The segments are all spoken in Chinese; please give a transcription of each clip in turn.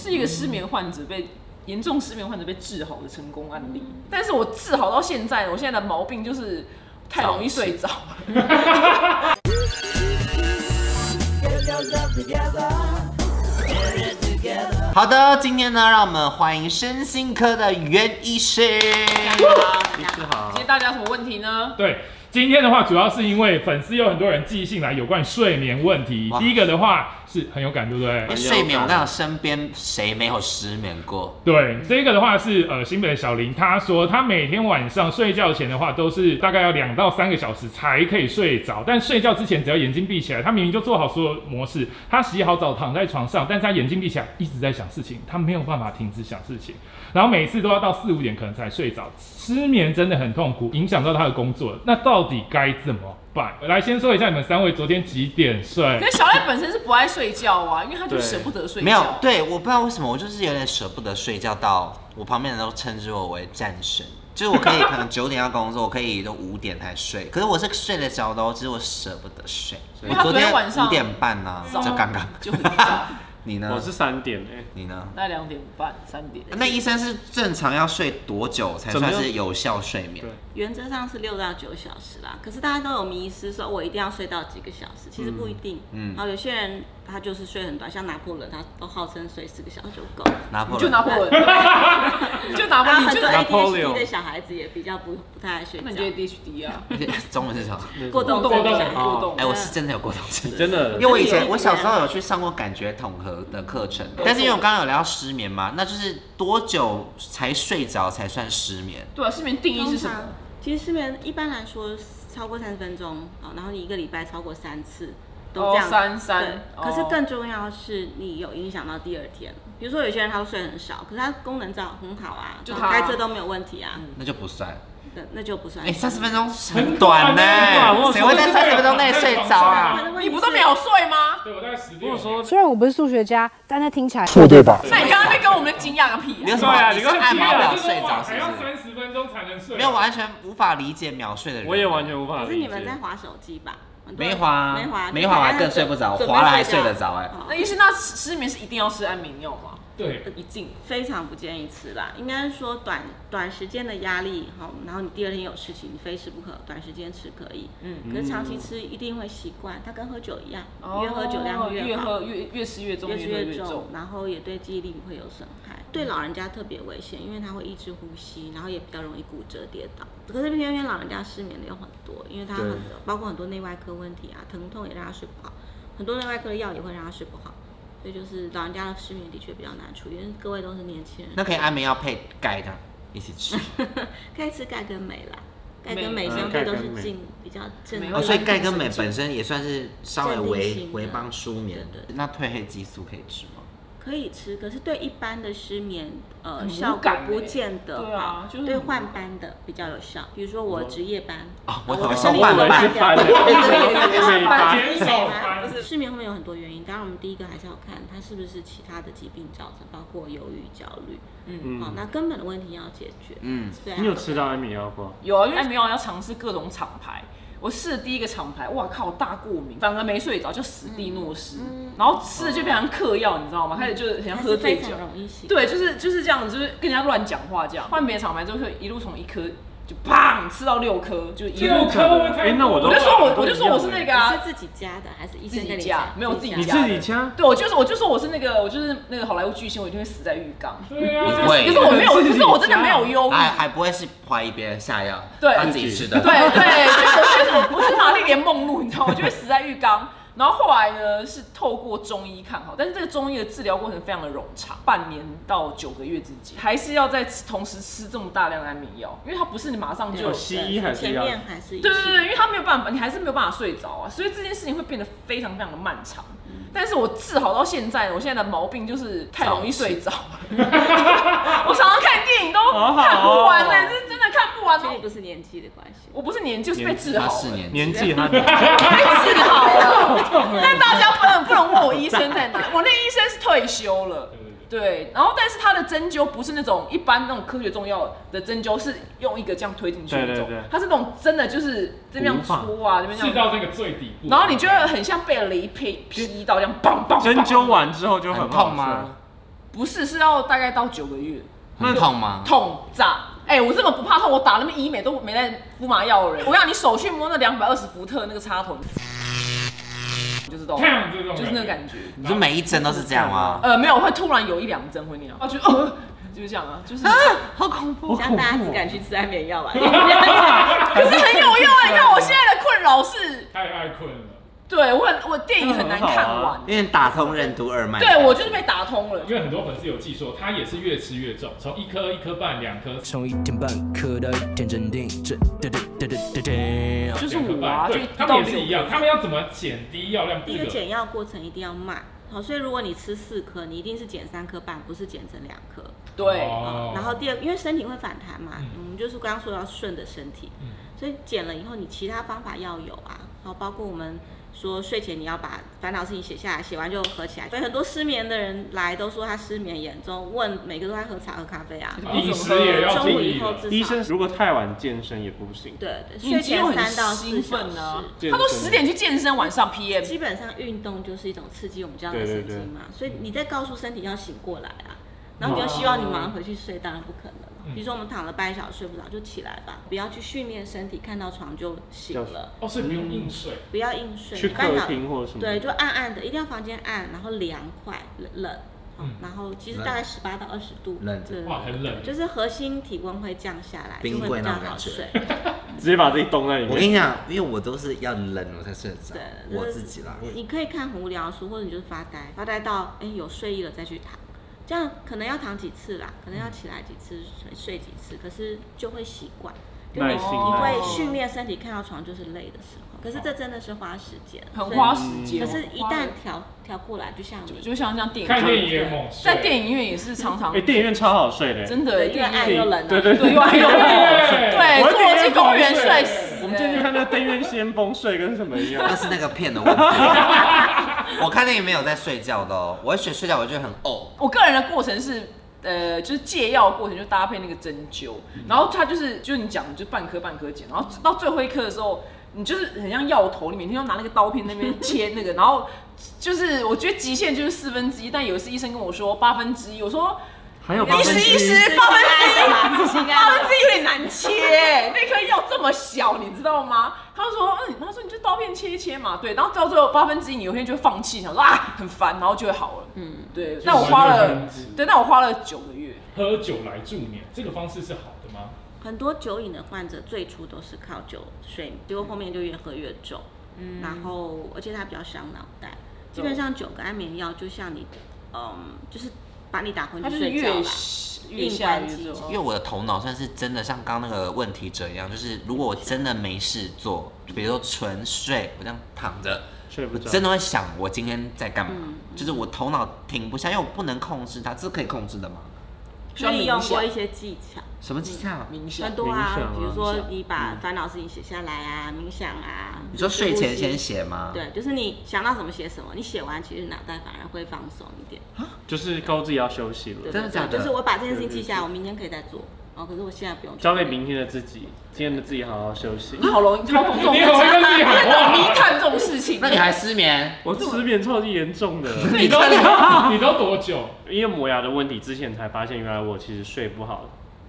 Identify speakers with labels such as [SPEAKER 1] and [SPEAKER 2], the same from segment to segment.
[SPEAKER 1] 是一个失眠患者被严重失眠患者被治好的成功案例。但是我治好到现在，我现在的毛病就是太容易睡着。
[SPEAKER 2] 好的，今天呢，让我们欢迎身心科的袁医师。医师好
[SPEAKER 1] 今。天大家有什么问题呢？
[SPEAKER 3] 对，今天的话主要是因为粉丝有很多人寄信来有关睡眠问题
[SPEAKER 2] 哇。
[SPEAKER 3] 第一个的话是很有感，对不对？
[SPEAKER 2] 哎睡眠，我跟你讲，身边谁没有失眠过？
[SPEAKER 3] 对，这个的话是呃新北的小林，他说他每天晚上睡觉前的话都是大概要两到三个小时才可以睡着，但睡觉之前只要眼睛闭起来，他明明就做好所有模式，他洗好澡躺在床上，但是他眼睛闭起来一直在想事情，他没有办法停止想事情，然后每次都要到四五点可能才睡着，失眠真的很痛苦，影响到他的工作了，那到底该怎么办？来先说一下你们三位昨天几点睡
[SPEAKER 1] 因？为小赖本身是不爱睡觉啊，因为他就舍不得睡觉。
[SPEAKER 2] 没有，对，我不知道为什么，我就是有点舍不得睡觉，到我旁边人都称之我为战神，就是我可以可能九点要工作，我可以都五点才睡，可是我是睡得着的哦，只是我舍不得睡。
[SPEAKER 1] 因
[SPEAKER 2] 我
[SPEAKER 1] 为他昨天晚上
[SPEAKER 2] 五点半呢、
[SPEAKER 1] 早
[SPEAKER 2] 就刚刚。
[SPEAKER 1] 就很早，
[SPEAKER 2] 你呢？
[SPEAKER 4] 我是三点哎、
[SPEAKER 2] 你呢？
[SPEAKER 1] 大概两点半、三点。
[SPEAKER 2] 那医生是正常要睡多久才
[SPEAKER 4] 怎么
[SPEAKER 2] 算
[SPEAKER 4] 样
[SPEAKER 2] 是有效睡眠
[SPEAKER 4] 对？
[SPEAKER 5] 原则上是六到九小时啦，可是大家都有迷失，说哦我一定要睡到几个小时，其实不一定。
[SPEAKER 2] 嗯嗯
[SPEAKER 5] 嗯，然后有些人他就是睡很短，像拿破仑，他都号称睡四个小时就够了。
[SPEAKER 2] 拿破
[SPEAKER 1] 你就
[SPEAKER 2] 仑
[SPEAKER 1] 拿破仑， 你就拿破
[SPEAKER 5] 然后
[SPEAKER 1] 仑，啊你
[SPEAKER 5] 很
[SPEAKER 1] 就
[SPEAKER 5] 多
[SPEAKER 1] 拿，
[SPEAKER 4] Napoleon
[SPEAKER 5] ADHD 的小孩子也比较不不太爱睡
[SPEAKER 1] 那你就
[SPEAKER 5] 觉，
[SPEAKER 1] ADHD 啊，
[SPEAKER 2] 中文是什么？
[SPEAKER 5] 过动
[SPEAKER 1] 过
[SPEAKER 5] 症
[SPEAKER 1] 动过
[SPEAKER 5] 的小
[SPEAKER 1] 动
[SPEAKER 5] 孩子。
[SPEAKER 1] 过动
[SPEAKER 2] 哎、。我是真的有过动症。
[SPEAKER 4] 真的
[SPEAKER 2] 因为我以
[SPEAKER 5] 那
[SPEAKER 2] 前
[SPEAKER 5] 你有
[SPEAKER 2] 我小时候有去上过感觉统合的课程，但是因为我刚刚有聊到失眠嘛，那就是多久才睡着才算失眠？
[SPEAKER 1] 对啊，失眠定义是
[SPEAKER 5] 通
[SPEAKER 1] 什
[SPEAKER 5] 常
[SPEAKER 1] 么？
[SPEAKER 5] 其实失眠一般来说超过三十分钟啊，然后你一个礼拜超过三次
[SPEAKER 1] 哦
[SPEAKER 5] 都这样。
[SPEAKER 1] 三三
[SPEAKER 5] 对，可是
[SPEAKER 1] 哦
[SPEAKER 5] 更重要的是你有影响到第二天。比如说有些人他睡很少，可是他功能照很好啊，
[SPEAKER 1] 就
[SPEAKER 5] 然
[SPEAKER 1] 他嗯
[SPEAKER 5] 后开车都没有问题啊，
[SPEAKER 2] 那就不算。
[SPEAKER 5] 那那就不算。
[SPEAKER 2] 哎、三十分钟很
[SPEAKER 3] 啊
[SPEAKER 2] 短呢、谁会在三十分钟内睡着啊？
[SPEAKER 5] 钟
[SPEAKER 1] 你不都秒睡吗？
[SPEAKER 3] 对，我大概十点。我说
[SPEAKER 6] 虽然我不是数学家，但那听起来
[SPEAKER 1] 那你刚刚在跟我们惊讶个屁啊！
[SPEAKER 2] 你有什
[SPEAKER 3] 对
[SPEAKER 2] 么？
[SPEAKER 3] 啊，
[SPEAKER 2] 你
[SPEAKER 3] 你
[SPEAKER 2] 是
[SPEAKER 3] 刚
[SPEAKER 2] 按
[SPEAKER 3] 刚
[SPEAKER 2] 秒表
[SPEAKER 3] 秒
[SPEAKER 2] 睡着是
[SPEAKER 3] 还要
[SPEAKER 2] 不是？
[SPEAKER 3] 三十分钟才能睡。
[SPEAKER 2] 没有，完全无法理解秒睡的人。
[SPEAKER 4] 我也完全无法
[SPEAKER 5] 可是
[SPEAKER 4] 理
[SPEAKER 5] 你们在
[SPEAKER 4] 解。
[SPEAKER 5] 划手机吧？很多
[SPEAKER 2] 没
[SPEAKER 5] 人
[SPEAKER 2] 滑、啊，
[SPEAKER 5] 没滑，
[SPEAKER 2] 没滑，我还更睡不着，我滑了还睡得。着哎、
[SPEAKER 1] 那
[SPEAKER 5] 哦
[SPEAKER 1] 医生，那失失眠是一定要吃安眠药吗？
[SPEAKER 3] 对，
[SPEAKER 1] 一定。
[SPEAKER 5] 非常不建议吃啦，应该说短短时间的压力，好，然后你第二天有事情，你非吃不可，短时间吃可以，
[SPEAKER 1] 嗯
[SPEAKER 5] 嗯，可是长期吃一定会习惯，它跟喝酒一样，
[SPEAKER 1] 哦
[SPEAKER 5] 越喝酒量越
[SPEAKER 1] 越
[SPEAKER 5] 好，
[SPEAKER 1] 喝越越吃越重，
[SPEAKER 5] 越
[SPEAKER 1] 越
[SPEAKER 5] 吃
[SPEAKER 1] 喝
[SPEAKER 5] 越
[SPEAKER 1] 越重
[SPEAKER 5] 重，。然后也对记忆力会有损害，对老人家特别危险，因为它会抑制呼吸，然后也比较容易骨折跌倒。可是偏偏老人家失眠的有很多，因为他很
[SPEAKER 4] 对
[SPEAKER 5] 包括很多内外科问题啊，疼痛也让他睡不好，很多内外科的药也会让他睡不好，所以就是老人家的失眠的确比较难处理，因为各位都是年轻人。
[SPEAKER 2] 那可以安眠药配钙的，一起吃。
[SPEAKER 5] 钙吃钙跟镁啦，钙跟
[SPEAKER 1] 镁
[SPEAKER 5] 镁相对都是进比较正
[SPEAKER 1] 镁
[SPEAKER 5] 常
[SPEAKER 1] 会
[SPEAKER 2] 哦，
[SPEAKER 5] 的，
[SPEAKER 2] 所以钙跟镁本身也算是稍微
[SPEAKER 5] 镇定
[SPEAKER 2] 微
[SPEAKER 5] 性的
[SPEAKER 2] 微帮舒眠
[SPEAKER 5] 对。
[SPEAKER 2] 那褪黑激素可以吃吗？
[SPEAKER 5] 可以吃，可是对一般的失眠，呃，
[SPEAKER 1] 很无
[SPEAKER 5] 效果
[SPEAKER 1] 感欸
[SPEAKER 5] 不见得
[SPEAKER 1] 对啊
[SPEAKER 5] 好
[SPEAKER 1] 就是
[SPEAKER 5] 对
[SPEAKER 1] 很无
[SPEAKER 5] 换班的比较有效。比如说我值夜班，
[SPEAKER 1] 啊
[SPEAKER 2] 哦，我
[SPEAKER 5] 我
[SPEAKER 2] 好
[SPEAKER 5] 的
[SPEAKER 2] 像
[SPEAKER 5] 生理
[SPEAKER 2] 换
[SPEAKER 5] 反
[SPEAKER 2] 班
[SPEAKER 5] 应
[SPEAKER 4] 是翻的
[SPEAKER 1] 是翻
[SPEAKER 3] 减少翻
[SPEAKER 5] 不是失眠后面有很多原因，当然我们第一个还是要看它是不是其他的疾病造成，包括忧郁、焦虑，嗯，好，那根本的问题要解决，
[SPEAKER 2] 嗯，
[SPEAKER 5] 对啊
[SPEAKER 4] 你有吃到安眠药不？
[SPEAKER 1] 有啊，因为
[SPEAKER 5] 哎
[SPEAKER 1] 安眠药要尝试各种厂牌。我试了第一个厂牌，哇靠，大过敏，反而没睡着，就史
[SPEAKER 5] 嗯
[SPEAKER 1] 蒂诺斯，然后吃了就
[SPEAKER 5] 哦
[SPEAKER 1] 变成嗑药，你知道吗？开始就是很像
[SPEAKER 5] 还
[SPEAKER 1] 喝
[SPEAKER 5] 是
[SPEAKER 1] 醉
[SPEAKER 5] 嗯非
[SPEAKER 1] 酒
[SPEAKER 5] 常，容易醒，
[SPEAKER 1] 对，就是就是这样，子，就是跟人家乱讲话这样。换别的厂牌之后，就一路从一颗就砰吃到六颗，就一
[SPEAKER 3] 六
[SPEAKER 1] 路。
[SPEAKER 3] 颗会太。
[SPEAKER 4] 哎那我都
[SPEAKER 1] 我就说我我就说我是那
[SPEAKER 4] 个
[SPEAKER 1] 个啊
[SPEAKER 5] 你，是自己加的还是医
[SPEAKER 1] 自
[SPEAKER 5] 生
[SPEAKER 1] 己
[SPEAKER 5] 跟你
[SPEAKER 1] 加
[SPEAKER 5] 加？
[SPEAKER 1] 没有自己
[SPEAKER 4] 你自 己掐，
[SPEAKER 1] 对我就是我就说我是那个我就是那个好莱坞巨星，我一定会死在浴缸。
[SPEAKER 3] 对
[SPEAKER 2] 你
[SPEAKER 3] 啊
[SPEAKER 2] 不。会
[SPEAKER 1] 可是我没有，可是我真的没有忧郁。啊
[SPEAKER 2] 还还不会是怀疑别人下药，
[SPEAKER 1] 对
[SPEAKER 2] 他自己吃的。
[SPEAKER 1] 对，对，就是为什么不是玛丽莲梦露，你知道吗？我就会死在浴缸。然后后来呢，是透过中医看好，但是这个中医的治疗过程非常的冗长，半年到九个月之间，还是要在吃同时吃这么大量的安眠药，因为它不是你马上就
[SPEAKER 4] 哦西医还是
[SPEAKER 5] 前
[SPEAKER 4] 要
[SPEAKER 5] 面还是一
[SPEAKER 1] 对
[SPEAKER 5] 起
[SPEAKER 1] 对对，因为他没有办法，你还是没有办法睡着啊，所以这件事情会变得非常非常的漫长。但是我治好到现在，我现在的毛病就是太容易睡着了。我常常看电影都
[SPEAKER 4] 好好哦
[SPEAKER 1] 看不完呢、这是真的看不完。
[SPEAKER 5] 其实不是年纪的关系。
[SPEAKER 1] 我不是年就是被治
[SPEAKER 2] 他
[SPEAKER 1] 好
[SPEAKER 2] 四
[SPEAKER 1] 了，
[SPEAKER 2] 年级
[SPEAKER 4] 年纪他
[SPEAKER 1] 被治好了。 但大家不能不能问我医生在哪，我那医生是退休了。对，然后但是它的针灸不是那种一般那种科学中药的针灸，是用一个这样推进去的那种
[SPEAKER 4] 对对对，
[SPEAKER 1] 它是那种真的就是这边
[SPEAKER 4] 无法
[SPEAKER 1] 搓啊，这边这
[SPEAKER 3] 刺
[SPEAKER 1] 样
[SPEAKER 3] 到那个最底部，
[SPEAKER 1] 然后你就会很像被雷劈劈到这样，棒棒。
[SPEAKER 4] 针灸完之后就
[SPEAKER 2] 很
[SPEAKER 4] 很啊
[SPEAKER 2] 痛吗？？
[SPEAKER 1] 不是，是要大概到九个月。
[SPEAKER 2] 很痛吗？
[SPEAKER 1] 痛炸！哎、我这么不怕痛，我打那么医美都没在敷麻药的人。我让你手去摸那两百二十伏特那个插头，你就是懂，
[SPEAKER 3] 看这种
[SPEAKER 1] 就是那个感觉。
[SPEAKER 2] 你说每一针都是这样吗？
[SPEAKER 1] 呃，没有，会突然有一两针会那样，我觉得呃，就是这样啊，就是，
[SPEAKER 2] 好恐怖！
[SPEAKER 3] 好
[SPEAKER 5] 这样
[SPEAKER 3] 恐
[SPEAKER 5] 大家
[SPEAKER 3] 怖
[SPEAKER 5] 只敢
[SPEAKER 3] 哦，
[SPEAKER 5] 去吃安 眠药吧？
[SPEAKER 1] 可是很有用啊！你看我现在的困扰是，
[SPEAKER 3] 太爱困了。
[SPEAKER 1] 对我很我电影很难看
[SPEAKER 4] 那很好
[SPEAKER 1] 完
[SPEAKER 4] 啊，
[SPEAKER 2] 有点打通任督二脉。
[SPEAKER 1] 对我就是被打通了。
[SPEAKER 3] 因为很多粉丝有寄说，他也是越吃越重，从一颗一颗半、两颗，
[SPEAKER 7] 从一天半刻到一天镇定，这哒哒哒哒哒哒。
[SPEAKER 1] 就是
[SPEAKER 3] 两颗
[SPEAKER 1] 我啊，
[SPEAKER 3] 半，
[SPEAKER 1] 就
[SPEAKER 3] 对
[SPEAKER 1] 一，
[SPEAKER 3] 他
[SPEAKER 1] 到
[SPEAKER 3] 们也是一
[SPEAKER 1] 六
[SPEAKER 3] 样，他们要怎么减低药量？
[SPEAKER 5] 第一个减药过程一定要慢，好，所以如果你吃四颗，你一定是减三颗半，不是减成两颗。
[SPEAKER 1] 对，
[SPEAKER 3] 哦
[SPEAKER 5] 然后第二，因为身体会反弹嘛，
[SPEAKER 3] 嗯
[SPEAKER 5] 我们就是刚刚说要顺着身体，
[SPEAKER 3] 嗯
[SPEAKER 5] 所以减了以后，你其他方法要有啊，好，包括我们说睡前你要把烦恼事情写下来，写完就合起来。所以很多失眠的人来都说他失眠严重，问每个都在喝茶喝咖啡啊，
[SPEAKER 3] 饮食也要注
[SPEAKER 5] 中午
[SPEAKER 3] 意
[SPEAKER 5] 以后
[SPEAKER 3] 了。
[SPEAKER 5] 至
[SPEAKER 4] 医
[SPEAKER 5] 少
[SPEAKER 4] 生如果太晚健身也不行，
[SPEAKER 5] 对对，
[SPEAKER 1] 你
[SPEAKER 5] 睡
[SPEAKER 1] 肌肉
[SPEAKER 5] 前
[SPEAKER 1] 很
[SPEAKER 5] 三到四
[SPEAKER 1] 兴
[SPEAKER 5] 小
[SPEAKER 1] 奋啊
[SPEAKER 5] 时。，
[SPEAKER 1] 他都十点去健身，晚上 PM，
[SPEAKER 5] 基本上运动就是一种刺激我们这样的
[SPEAKER 4] 对对
[SPEAKER 5] 神
[SPEAKER 4] 嗯
[SPEAKER 5] 经嘛，所以你在告诉身体要醒过来啊，然后你就希望你马上回去睡，当然不可能嘛
[SPEAKER 3] 嗯
[SPEAKER 5] 比如说我们躺了半小时睡不着，就起来吧，不要去训练身体，看到床就醒了，
[SPEAKER 3] 哦，所以不用硬睡，
[SPEAKER 5] 不要硬睡，
[SPEAKER 4] 去
[SPEAKER 5] 半
[SPEAKER 4] 客
[SPEAKER 5] 小
[SPEAKER 4] 厅或者什么，
[SPEAKER 5] 对，就暗暗的，一定要房间暗，然后凉快冷冷，好
[SPEAKER 3] 嗯
[SPEAKER 5] 然后其实
[SPEAKER 2] 冷
[SPEAKER 5] 大概十八到二十度，
[SPEAKER 2] 冷
[SPEAKER 5] 对，
[SPEAKER 3] 哇，很冷。
[SPEAKER 5] 就是核心体温会降下来，就
[SPEAKER 2] 冰
[SPEAKER 5] 会
[SPEAKER 2] 柜
[SPEAKER 5] 比
[SPEAKER 2] 那
[SPEAKER 5] 较
[SPEAKER 2] 种
[SPEAKER 5] 好
[SPEAKER 2] 感觉
[SPEAKER 5] 睡。
[SPEAKER 4] 直接把自己冻在里
[SPEAKER 2] 我跟
[SPEAKER 4] 面。
[SPEAKER 2] 你讲，因为我都是要冷我才睡得着
[SPEAKER 5] 对，，
[SPEAKER 2] 我
[SPEAKER 5] 就是
[SPEAKER 2] 自己啦。
[SPEAKER 5] 你可以看很无聊的书，或者你就是发呆，发呆到哎、有睡意了再去躺，这样可能要躺几次啦，可能
[SPEAKER 2] 嗯
[SPEAKER 5] 要起来几次，睡睡几次，可是就会习惯，
[SPEAKER 2] 哦
[SPEAKER 5] 就你
[SPEAKER 4] 耐心
[SPEAKER 5] 你
[SPEAKER 4] 耐
[SPEAKER 5] 会
[SPEAKER 1] 心
[SPEAKER 5] 训练身体看到床就是累的时候，可是这真的是花时间，
[SPEAKER 1] 很
[SPEAKER 5] 所以
[SPEAKER 1] 花时间。
[SPEAKER 5] 可是，一
[SPEAKER 1] 花
[SPEAKER 5] 旦
[SPEAKER 1] 了
[SPEAKER 5] 调调过来，就像
[SPEAKER 1] 就
[SPEAKER 5] 你
[SPEAKER 1] 就像像电影
[SPEAKER 3] 看
[SPEAKER 1] 看，
[SPEAKER 3] 电影也猛睡，
[SPEAKER 1] 在电影院也是常常
[SPEAKER 4] 哎，电影院超好睡的。
[SPEAKER 1] 真的
[SPEAKER 5] 对，越
[SPEAKER 1] 电影
[SPEAKER 5] 暗
[SPEAKER 1] 院
[SPEAKER 5] 又冷啊，
[SPEAKER 4] 对对
[SPEAKER 1] 对，又爱又冷。对，
[SPEAKER 4] 我
[SPEAKER 1] 侏罗
[SPEAKER 4] 在电影
[SPEAKER 1] 纪
[SPEAKER 4] 院
[SPEAKER 1] 公园
[SPEAKER 4] 狂
[SPEAKER 1] 睡
[SPEAKER 4] 睡
[SPEAKER 1] 死。
[SPEAKER 4] 欸我们进去看那个电影院先锋睡跟什么一样
[SPEAKER 2] 那，是那个片的问题。我看电影没有在睡觉的哦，我一睡睡觉我就很呕。
[SPEAKER 1] 我个人的过程是，呃，就是戒药的过程就搭配那个针灸，然后它就是就是你讲的，就半颗半颗剪，然后到最后一颗的时候，你就是很像药头，你每天要拿那个刀片那边切那个，然后就是我觉得极限就是四分之一，但有一次医生跟我说八分之一，我说
[SPEAKER 4] 还有
[SPEAKER 1] 一时一时八分之一。八分之一有点难切，那颗药这么小，你知道吗？他就说，嗯，他说你就刀片切一切嘛，对，然后到最后八分之一，你有一天就会放弃，想说啊很烦，然后就会好了，嗯，对。但我花
[SPEAKER 3] 六
[SPEAKER 1] 了
[SPEAKER 3] 分之一，
[SPEAKER 1] 对，但我花了九个月，
[SPEAKER 3] 喝酒来助眠，这个方式是好的吗？
[SPEAKER 5] 很多酒瘾的患者最初都是靠酒睡，结果后面就越喝越重，
[SPEAKER 1] 嗯
[SPEAKER 5] 然后而且它比较伤脑袋。基本上九个安眠药就像你，嗯，就是把你打昏
[SPEAKER 1] 它
[SPEAKER 5] 去
[SPEAKER 1] 就是
[SPEAKER 5] 睡觉
[SPEAKER 1] 越
[SPEAKER 5] 了。
[SPEAKER 1] 下越下越
[SPEAKER 5] 硬关
[SPEAKER 2] 因
[SPEAKER 1] 重
[SPEAKER 2] 为。我的头脑算是真的像刚刚那个问题者一样，就是如果我真的没事做，比如说纯睡，我这样躺着，
[SPEAKER 4] 睡不
[SPEAKER 2] 我
[SPEAKER 4] 着，
[SPEAKER 2] 真的会想我今天在干嘛，
[SPEAKER 5] 嗯
[SPEAKER 2] 就是我头脑停不下，因为我不能控制它，这是可以控制的吗？
[SPEAKER 1] 需
[SPEAKER 5] 所
[SPEAKER 1] 要
[SPEAKER 5] 以你
[SPEAKER 1] 冥
[SPEAKER 5] 用过
[SPEAKER 1] 想
[SPEAKER 5] 一，些技巧，
[SPEAKER 2] 什么技巧？
[SPEAKER 1] 冥想
[SPEAKER 5] 很，多
[SPEAKER 4] 冥想
[SPEAKER 5] 啊
[SPEAKER 4] 啊，
[SPEAKER 5] 比如
[SPEAKER 4] 冥
[SPEAKER 5] 说
[SPEAKER 4] 想
[SPEAKER 5] 你把烦恼事情写下来啊，冥想啊。
[SPEAKER 2] 你说睡
[SPEAKER 5] 深呼
[SPEAKER 2] 前
[SPEAKER 5] 吸
[SPEAKER 2] 先。写吗？，
[SPEAKER 5] 对，就是你想到什么写什么，你写完其实脑袋反而会放松一点。
[SPEAKER 4] 就是告诉自己要休息了
[SPEAKER 5] 对，
[SPEAKER 2] 真的
[SPEAKER 5] 对
[SPEAKER 2] 假
[SPEAKER 5] 对就
[SPEAKER 2] 的
[SPEAKER 5] 是我把这件事情
[SPEAKER 4] 对对
[SPEAKER 5] 记下来，
[SPEAKER 4] 对
[SPEAKER 5] 我明天可以再做。哦，可是我现在不用做。
[SPEAKER 4] 交给明天的自己，今天的自己好好休息。
[SPEAKER 1] 你好容易，好懂这种
[SPEAKER 3] 你
[SPEAKER 1] 事
[SPEAKER 3] 好会啊
[SPEAKER 1] 情，
[SPEAKER 3] 跟自 己喊话，
[SPEAKER 1] 密探这种事情。
[SPEAKER 2] 那你还失眠？
[SPEAKER 4] 我失眠超级严重的，
[SPEAKER 3] 你都你都多久？
[SPEAKER 4] 因为磨牙的问题，之前才发现原来我其实睡不好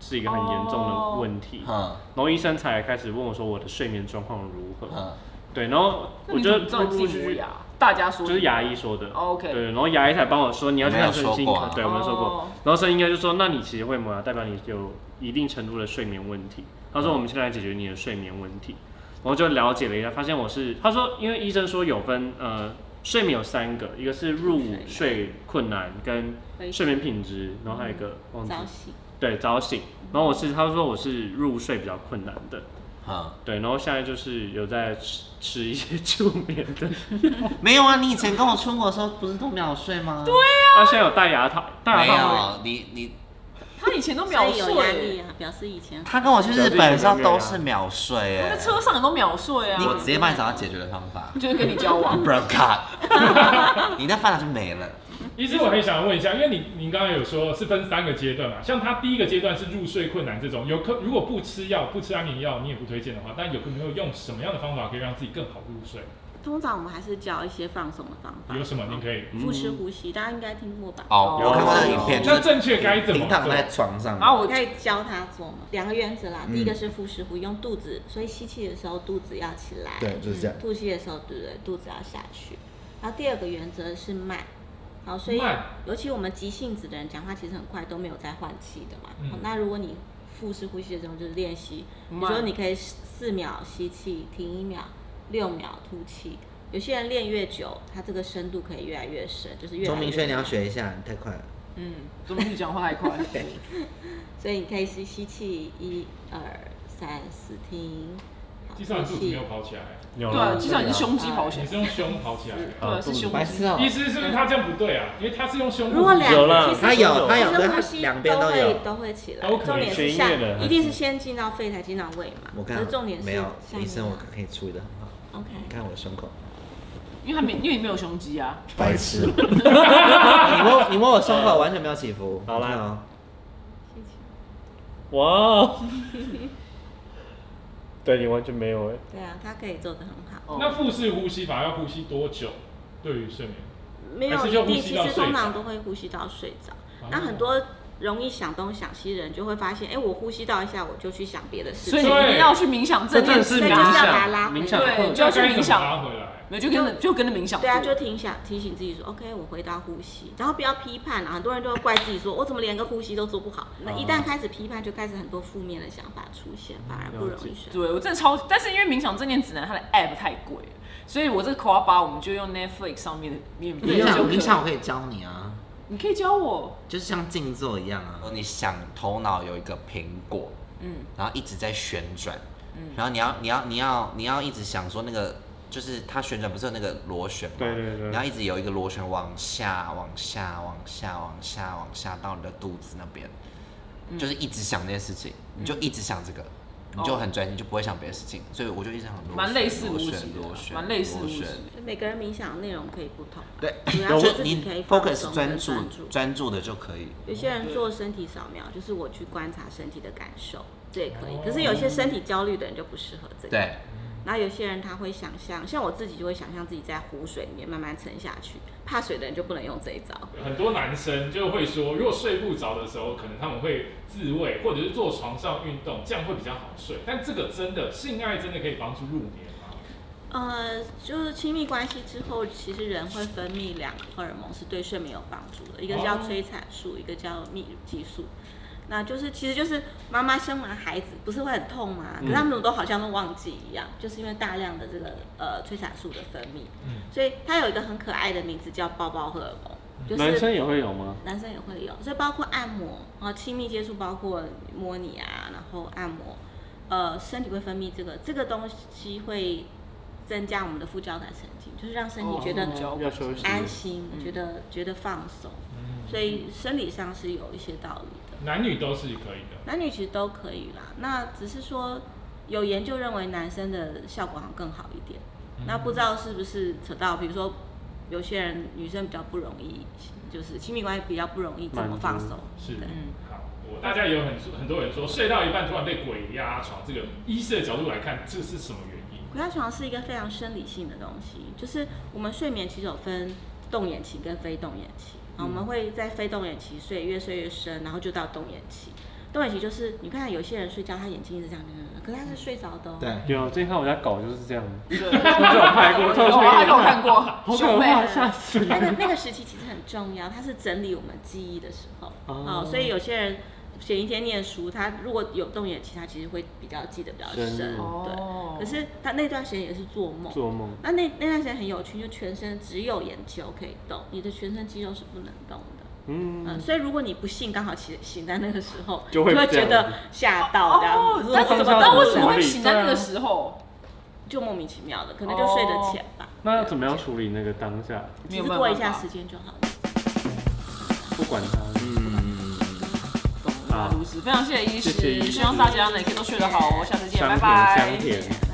[SPEAKER 4] 是一个很严重的问题，
[SPEAKER 1] 哦
[SPEAKER 2] 嗯
[SPEAKER 4] 然后医生才开始问我说我的睡眠状况如何。
[SPEAKER 2] 嗯，
[SPEAKER 4] 对，然后
[SPEAKER 1] 啊那
[SPEAKER 4] 我
[SPEAKER 1] 你
[SPEAKER 4] 觉
[SPEAKER 1] 怎
[SPEAKER 4] 得
[SPEAKER 1] 么知道自
[SPEAKER 4] 陆陆
[SPEAKER 1] 己
[SPEAKER 4] 续
[SPEAKER 1] 磨
[SPEAKER 4] 续
[SPEAKER 1] 牙？大家说
[SPEAKER 4] 就是牙医说的。
[SPEAKER 1] 哦，OK
[SPEAKER 4] 对，然后牙医才帮我说你要去看身
[SPEAKER 2] 没有说
[SPEAKER 4] 心
[SPEAKER 2] 过
[SPEAKER 4] 科
[SPEAKER 2] 啊，
[SPEAKER 4] 对，我没有说
[SPEAKER 1] 哦
[SPEAKER 4] 过。然后身心科就说，那你其实会磨牙，代表你有一定程度的睡眠问题。他说我们现在来解决你的睡眠问题，然后就了解了一下，发现我是他说，因为医生说有分呃睡眠有三个，一个是入睡困难跟睡眠品质，然后还有一个
[SPEAKER 1] 嗯
[SPEAKER 4] 忘记
[SPEAKER 5] 早醒。
[SPEAKER 4] 对早醒，然后我是他说我是入睡比较困难的，
[SPEAKER 2] 嗯，
[SPEAKER 4] 对，然后现在就是有在吃吃一些助眠 的
[SPEAKER 2] 没有啊，你以前跟我出国的时候不是都秒睡吗？对，
[SPEAKER 4] 他现在有戴牙套，戴
[SPEAKER 2] 没
[SPEAKER 4] 牙套
[SPEAKER 2] 有，你你
[SPEAKER 1] 他以前都
[SPEAKER 5] 所
[SPEAKER 1] 秒
[SPEAKER 5] 以有压力
[SPEAKER 1] 睡，
[SPEAKER 5] 啊，表示以前
[SPEAKER 2] 他跟我去日本的时候都是秒睡
[SPEAKER 1] 他在
[SPEAKER 2] 哎、
[SPEAKER 1] 车上也都秒睡啊
[SPEAKER 2] 你。我直接帮你找到解决的方法
[SPEAKER 1] 就是跟你交往，
[SPEAKER 2] ，broke up，你那烦恼就没了。
[SPEAKER 3] 医师，我很想问一下，因为你您刚刚有说是分三个阶段嘛，像他第一个阶段是入睡困难这种，有可如果不吃药、不吃安眠药，你也不推荐的话，但有没有用什么样的方法可以让自己更好入睡？
[SPEAKER 5] 通常我们还是教一些放松的方法，
[SPEAKER 3] 有什么你可以？
[SPEAKER 2] 嗯
[SPEAKER 5] 腹式呼吸，大家应该听过吧？
[SPEAKER 2] 哦，我看过那个影片，就
[SPEAKER 3] 那
[SPEAKER 2] 是
[SPEAKER 3] 啊正确该怎么
[SPEAKER 2] 平躺
[SPEAKER 3] 做？
[SPEAKER 2] 在床上，
[SPEAKER 1] 然后
[SPEAKER 5] 我
[SPEAKER 1] 啊我
[SPEAKER 5] 可以教他做嘛，两个原则啦。
[SPEAKER 3] 嗯
[SPEAKER 5] 第一个是腹式呼，用肚子，所以吸气的时候肚子要起来，
[SPEAKER 8] 对就是这样
[SPEAKER 5] 吐气的时候，对不对？肚子要下去。然后第二个原则是慢，好，所以
[SPEAKER 3] 慢
[SPEAKER 5] 尤其我们急性子的人讲话其实很快，都没有在换气的嘛。
[SPEAKER 3] 嗯
[SPEAKER 5] 好那如果你腹式呼吸的时候就是练习，比如
[SPEAKER 1] 慢
[SPEAKER 5] 说你可以四秒吸气，停一秒，六秒吐气。有些人练越久，他这个深度可以越来越深，就是越来
[SPEAKER 2] 钟
[SPEAKER 5] 越
[SPEAKER 2] 明轩你要
[SPEAKER 5] 深
[SPEAKER 2] 学一下，你太快了。
[SPEAKER 1] 嗯，怎么去讲话太快？
[SPEAKER 5] 所以你可以吸吸气，一二三四，停，好
[SPEAKER 3] 计算肚子没有跑起来，
[SPEAKER 4] 有
[SPEAKER 1] 对
[SPEAKER 4] 啊
[SPEAKER 1] 啊，计算你是胸肌跑起
[SPEAKER 3] 你
[SPEAKER 1] 来，
[SPEAKER 3] 是用胸跑起来。
[SPEAKER 1] 对啊，是胸
[SPEAKER 2] 白
[SPEAKER 1] 肌
[SPEAKER 2] 痴。哦
[SPEAKER 3] 医，师是不是他这样不对啊？因为他是用胸部。
[SPEAKER 5] 如果两
[SPEAKER 4] 有啦
[SPEAKER 5] 其实
[SPEAKER 2] 他有他有，
[SPEAKER 5] 其实
[SPEAKER 2] 他
[SPEAKER 5] 呼吸
[SPEAKER 2] 两边
[SPEAKER 5] 都
[SPEAKER 2] 都
[SPEAKER 5] 会
[SPEAKER 2] 有。
[SPEAKER 5] 都会起来，
[SPEAKER 3] 都可以
[SPEAKER 5] 重点是
[SPEAKER 4] 学音乐的
[SPEAKER 5] 下，一定是先进到肺才进到胃嘛。
[SPEAKER 2] 我
[SPEAKER 5] 可
[SPEAKER 2] 看
[SPEAKER 5] 是重点是
[SPEAKER 2] 没有
[SPEAKER 5] 下面
[SPEAKER 2] 医生，我可以处理的很好。
[SPEAKER 5] OK，
[SPEAKER 2] 你看我的胸口，
[SPEAKER 1] 因为他没，因为你没有胸肌啊，
[SPEAKER 8] 白痴，
[SPEAKER 2] 你摸你摸我胸口完全没有起伏。
[SPEAKER 4] 好啦
[SPEAKER 2] 你看哦，
[SPEAKER 5] 吸气，
[SPEAKER 4] 哇哦， 对你完全没有哎、
[SPEAKER 5] 对啊，他可以做的很好，
[SPEAKER 3] 那腹式呼吸法要呼吸多久？对于睡眠，
[SPEAKER 5] 没有
[SPEAKER 3] 还是
[SPEAKER 5] 一
[SPEAKER 3] 就呼
[SPEAKER 5] 定，
[SPEAKER 3] 吸
[SPEAKER 5] 其
[SPEAKER 3] 到
[SPEAKER 5] 实
[SPEAKER 3] 睡
[SPEAKER 5] 通
[SPEAKER 3] 着哦
[SPEAKER 5] 常都会呼吸到睡着。那很多容易想东想西的人就会发现，哎，我呼吸到一下，我就去想别的事
[SPEAKER 1] 所以
[SPEAKER 5] 情
[SPEAKER 1] 你。一定要去冥想正念，
[SPEAKER 5] 这
[SPEAKER 4] 是
[SPEAKER 5] 个
[SPEAKER 4] 冥
[SPEAKER 5] 要把它
[SPEAKER 4] 想，
[SPEAKER 5] 拉回来
[SPEAKER 4] 冥想哦
[SPEAKER 1] 对，
[SPEAKER 4] 课
[SPEAKER 1] 就要去
[SPEAKER 3] 那
[SPEAKER 1] 冥
[SPEAKER 3] 该怎么拉
[SPEAKER 1] 想，
[SPEAKER 3] 回来？
[SPEAKER 1] 没有就跟着就跟着冥想做。
[SPEAKER 5] 对啊，就挺想提醒自己说，OK，我回到呼吸，然后不要批判啊。很多人就会怪自己说，我怎么连个呼吸都做不好？
[SPEAKER 3] 哦
[SPEAKER 5] 那一旦开始批判，就开始很多负面的想法出现，反而不容易睡。
[SPEAKER 1] 对我真的超，但是因为冥想正念指南它的 app 太贵了，所以我这个 k o a b a 我们就用 Netflix 上面的免费
[SPEAKER 2] 冥
[SPEAKER 1] 就
[SPEAKER 2] 想
[SPEAKER 1] 可以
[SPEAKER 2] 冥想我可以教你啊，
[SPEAKER 1] 你可以教我，
[SPEAKER 2] 就是像静坐一样啊。你想头脑有一个苹果，
[SPEAKER 1] 嗯，
[SPEAKER 2] 然后一直在旋转，然后你要你要你要你要一直想说那个就是它旋转不是有那个螺旋吗？
[SPEAKER 4] 对对对
[SPEAKER 2] 你要一直有一个螺旋往下往下往下往下往下到你的肚子那边，就是一直想这件事情，你就一直想这个。你就很专心，就不会想别的事情，所以我就一直很螺旋
[SPEAKER 1] 蛮类似
[SPEAKER 2] 螺旋
[SPEAKER 1] 逻辑的
[SPEAKER 2] 螺旋，
[SPEAKER 1] 蛮类似逻
[SPEAKER 2] 螺
[SPEAKER 1] 辑
[SPEAKER 2] 旋。
[SPEAKER 5] 所以每个人冥想的内容可以不同，
[SPEAKER 2] 对，
[SPEAKER 5] 主要
[SPEAKER 2] 就是
[SPEAKER 5] 自己
[SPEAKER 2] 你
[SPEAKER 5] 可以放松
[SPEAKER 2] focus
[SPEAKER 5] 跟
[SPEAKER 2] 专注
[SPEAKER 5] 专注
[SPEAKER 2] 专注的就可以。
[SPEAKER 5] 有些人做身体扫描，就是我去观察身体的感受，这也可以。可是有些身体焦虑的人就不适合这个。
[SPEAKER 2] 对，
[SPEAKER 5] 然后有些人他会想象，像我自己就会想象自己在湖水里面慢慢沉下去。怕水的人就不能用这一招。
[SPEAKER 3] 很多男生就会说，如果睡不着的时候，可能他们会自慰，或者是做床上运动，这样会比较好睡。但这个真的，性爱真的可以帮助入眠吗？
[SPEAKER 5] 呃，就是亲密关系之后，其实人会分泌两个荷尔蒙，是对睡眠有帮助的，一个叫
[SPEAKER 3] 哦
[SPEAKER 5] 催产素，一个叫泌乳激素。那就是，其实就是妈妈生完孩子不是会很痛吗？可是他们都好像都忘记一样，就是因为大量的这个呃催产素的分泌，
[SPEAKER 3] 嗯
[SPEAKER 5] 所以它有一个很可爱的名字叫包包荷尔蒙，就是
[SPEAKER 4] 男生也会有吗？
[SPEAKER 5] 男生也会有，所以包括按摩，然后亲密接触，包括摸你啊，然后按摩，呃，身体会分泌这个这个东西会增加我们的副交感神经，就是让身体觉得
[SPEAKER 1] 哦副交
[SPEAKER 4] 要休息。
[SPEAKER 5] 安心，
[SPEAKER 1] 嗯
[SPEAKER 5] 觉得觉得放松，所以生理上是有一些道理的，
[SPEAKER 3] 男女都是可以的。
[SPEAKER 5] 男女其实都可以啦。那只是说有研究认为男生的效果好像更好一点，那不知道是不是扯到，比如说有些人女生比较不容易，就是亲密关系比较不容易这么
[SPEAKER 4] 满足
[SPEAKER 5] 放松。
[SPEAKER 3] 是，
[SPEAKER 5] 对
[SPEAKER 3] 嗯，好，我大家也有很很多人说，睡到一半突然被鬼压床，这个医师的角度来看，这是什么原因？
[SPEAKER 5] 鬼压床是一个非常生理性的东西，就是我们睡眠其实有分动眼期跟非动眼期，啊，我们会在非动眼期睡，越睡越深，然后就到动眼期。动眼期就是你看有些人睡觉，他眼睛一直这样，可是他是睡着的、哦。
[SPEAKER 2] 对
[SPEAKER 4] 有，最近看我家狗啊就是这样，你
[SPEAKER 1] 对，
[SPEAKER 4] 有拍过？特
[SPEAKER 1] 有啊，有看
[SPEAKER 4] 效
[SPEAKER 1] 过，
[SPEAKER 4] 哎好 可
[SPEAKER 1] 兄妹
[SPEAKER 4] 怕
[SPEAKER 1] 啊，
[SPEAKER 4] 吓死
[SPEAKER 5] 那个那个时期其实很重要，它是整理我们记忆的时候。哦，
[SPEAKER 4] 哦
[SPEAKER 5] 所以有些人前一天念书，他如果有动眼期，他其实会比较记得比较
[SPEAKER 4] 深
[SPEAKER 5] 深。
[SPEAKER 1] 哦
[SPEAKER 5] 对，可是他那段时间也是做梦。
[SPEAKER 4] 做梦，
[SPEAKER 5] 那那那段时间很有趣，就全身只有眼球可以动，你的全身肌肉是不能动的。
[SPEAKER 4] 嗯，
[SPEAKER 5] 嗯，所以如果你不幸刚好醒醒在那个时候，
[SPEAKER 4] 就会
[SPEAKER 5] 你
[SPEAKER 4] 这
[SPEAKER 5] 觉
[SPEAKER 4] 样
[SPEAKER 5] 得吓到这样
[SPEAKER 1] 哦
[SPEAKER 5] 子，，
[SPEAKER 1] 但
[SPEAKER 5] 我
[SPEAKER 1] 是怎
[SPEAKER 5] 怎
[SPEAKER 1] 么？
[SPEAKER 5] 么
[SPEAKER 1] 但
[SPEAKER 5] 动
[SPEAKER 1] 为什么
[SPEAKER 5] 了
[SPEAKER 1] 会醒在那个时候？
[SPEAKER 5] 就莫名其妙的，可能就睡得浅吧，
[SPEAKER 1] 哦
[SPEAKER 4] 那要怎么样处理那个当下？
[SPEAKER 5] 只是过一下时间就好了。
[SPEAKER 4] 不管它，嗯
[SPEAKER 1] 懂了，如此，非常谢谢医
[SPEAKER 4] 谢谢医
[SPEAKER 1] 师，
[SPEAKER 4] 师
[SPEAKER 1] 希望大家呢也可以都睡得好哦，下次见，拜
[SPEAKER 4] 香甜
[SPEAKER 1] 拜
[SPEAKER 4] 香。甜。